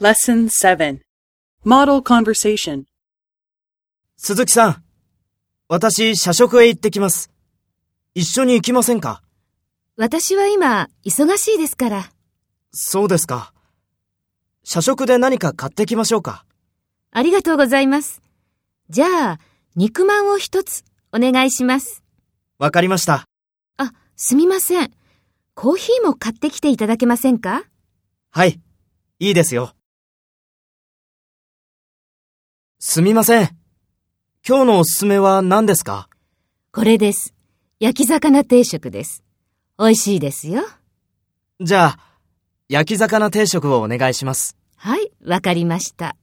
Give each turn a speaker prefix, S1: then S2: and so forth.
S1: Lesson 7 Model Conversation
S2: 鈴木さん、私、社食へ行ってきます。一緒に行きませんか
S3: 私は今、忙しいですから。
S2: そうですか。社食で何か買ってきましょうか。
S3: ありがとうございます。じゃあ、肉まんを一つ、お願いします。
S2: わかりました。
S3: あ、すみません。コーヒーも買ってきていただけませんか
S2: はい、いいですよ。すみません。今日のおすすめは何ですか
S3: これです。焼き魚定食です。美味しいですよ。
S2: じゃあ、焼き魚定食をお願いします。
S3: はい、わかりました。